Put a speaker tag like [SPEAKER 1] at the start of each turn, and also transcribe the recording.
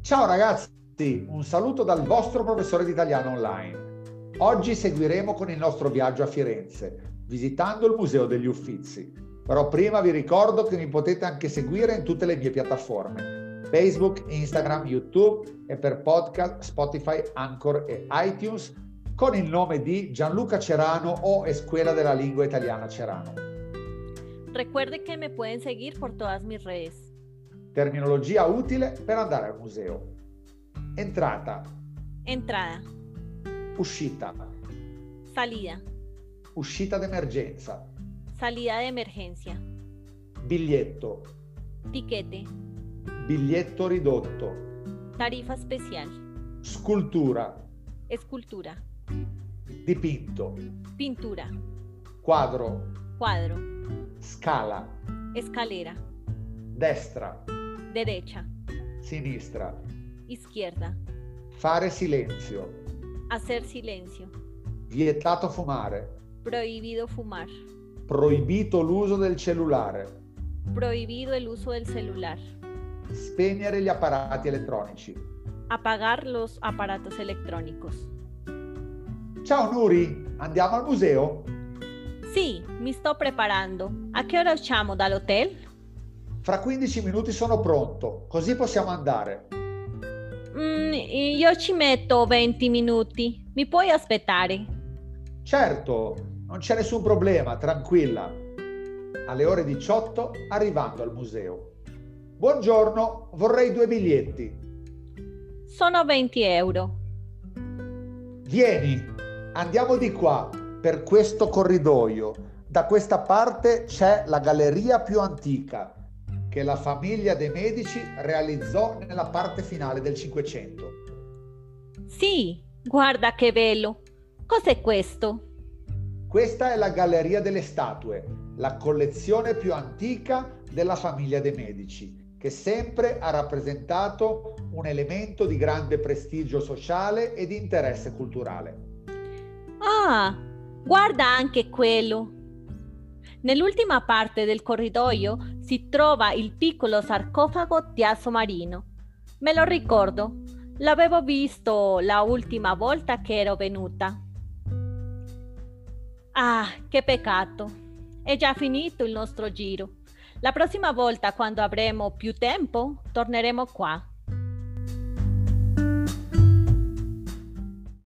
[SPEAKER 1] Ciao ragazzi, un saluto dal vostro professore di italiano online. Oggi seguiremo con il nostro viaggio a Firenze, visitando il Museo degli Uffizi. Però prima vi ricordo che mi potete anche seguire in tutte le mie piattaforme, Facebook, Instagram, YouTube e per podcast Spotify, Anchor e iTunes con il nome di Gianluca Cerano o Escuela de la Lingua Italiana Cerano.
[SPEAKER 2] Recuerde que me pueden seguir por todas mis redes.
[SPEAKER 1] Terminologia utile per andare al museo. Entrata,
[SPEAKER 2] Entrada,
[SPEAKER 1] uscita,
[SPEAKER 2] salida,
[SPEAKER 1] uscita d'emergenza,
[SPEAKER 2] salida de emergencia,
[SPEAKER 1] biglietto,
[SPEAKER 2] tiquete,
[SPEAKER 1] biglietto ridotto,
[SPEAKER 2] tarifa especial,
[SPEAKER 1] scultura,
[SPEAKER 2] escultura,
[SPEAKER 1] dipinto,
[SPEAKER 2] pintura,
[SPEAKER 1] quadro,
[SPEAKER 2] cuadro,
[SPEAKER 1] scala,
[SPEAKER 2] escalera,
[SPEAKER 1] destra,
[SPEAKER 2] derecha,
[SPEAKER 1] sinistra,
[SPEAKER 2] izquierda,
[SPEAKER 1] fare silenzio,
[SPEAKER 2] hacer silencio,
[SPEAKER 1] vietato fumare,
[SPEAKER 2] prohibido fumar,
[SPEAKER 1] proibito l'uso del cellulare,
[SPEAKER 2] prohibido el uso del celular,
[SPEAKER 1] spegnere gli apparati elettronici.
[SPEAKER 2] apagar los aparatos electrónicos.
[SPEAKER 1] Ciao Nuri, andiamo al museo?
[SPEAKER 2] Sí, me estoy preparando. ¿A qué hora os llamo dal hotel?
[SPEAKER 1] Fra 15 minuti sono pronto, così possiamo andare.
[SPEAKER 2] Mm, io ci metto 20 minuti. Mi puoi aspettare?
[SPEAKER 1] Certo, non c'è nessun problema, tranquilla. Alle ore 18 arrivando al museo. Buongiorno, vorrei due biglietti.
[SPEAKER 2] Sono 20 euro.
[SPEAKER 1] Vieni, andiamo di qua, per questo corridoio. Da questa parte c'è la galleria più antica che la famiglia dei Medici realizzò nella parte finale del Cinquecento.
[SPEAKER 2] Sì, guarda che bello. Cos'è questo?
[SPEAKER 1] Questa è la Galleria delle Statue, la collezione più antica della famiglia dei Medici, che sempre ha rappresentato un elemento di grande prestigio sociale e di interesse culturale.
[SPEAKER 2] Ah, guarda anche quello. Nell'ultima parte del corridoio si trova il piccolo sarcofago di Aso Marino. Me lo ricordo. L'avevo visto la ultima volta che ero venuta. Ah, che peccato. È già finito il nostro giro. La prossima volta, quando avremo più tempo, torneremo qua.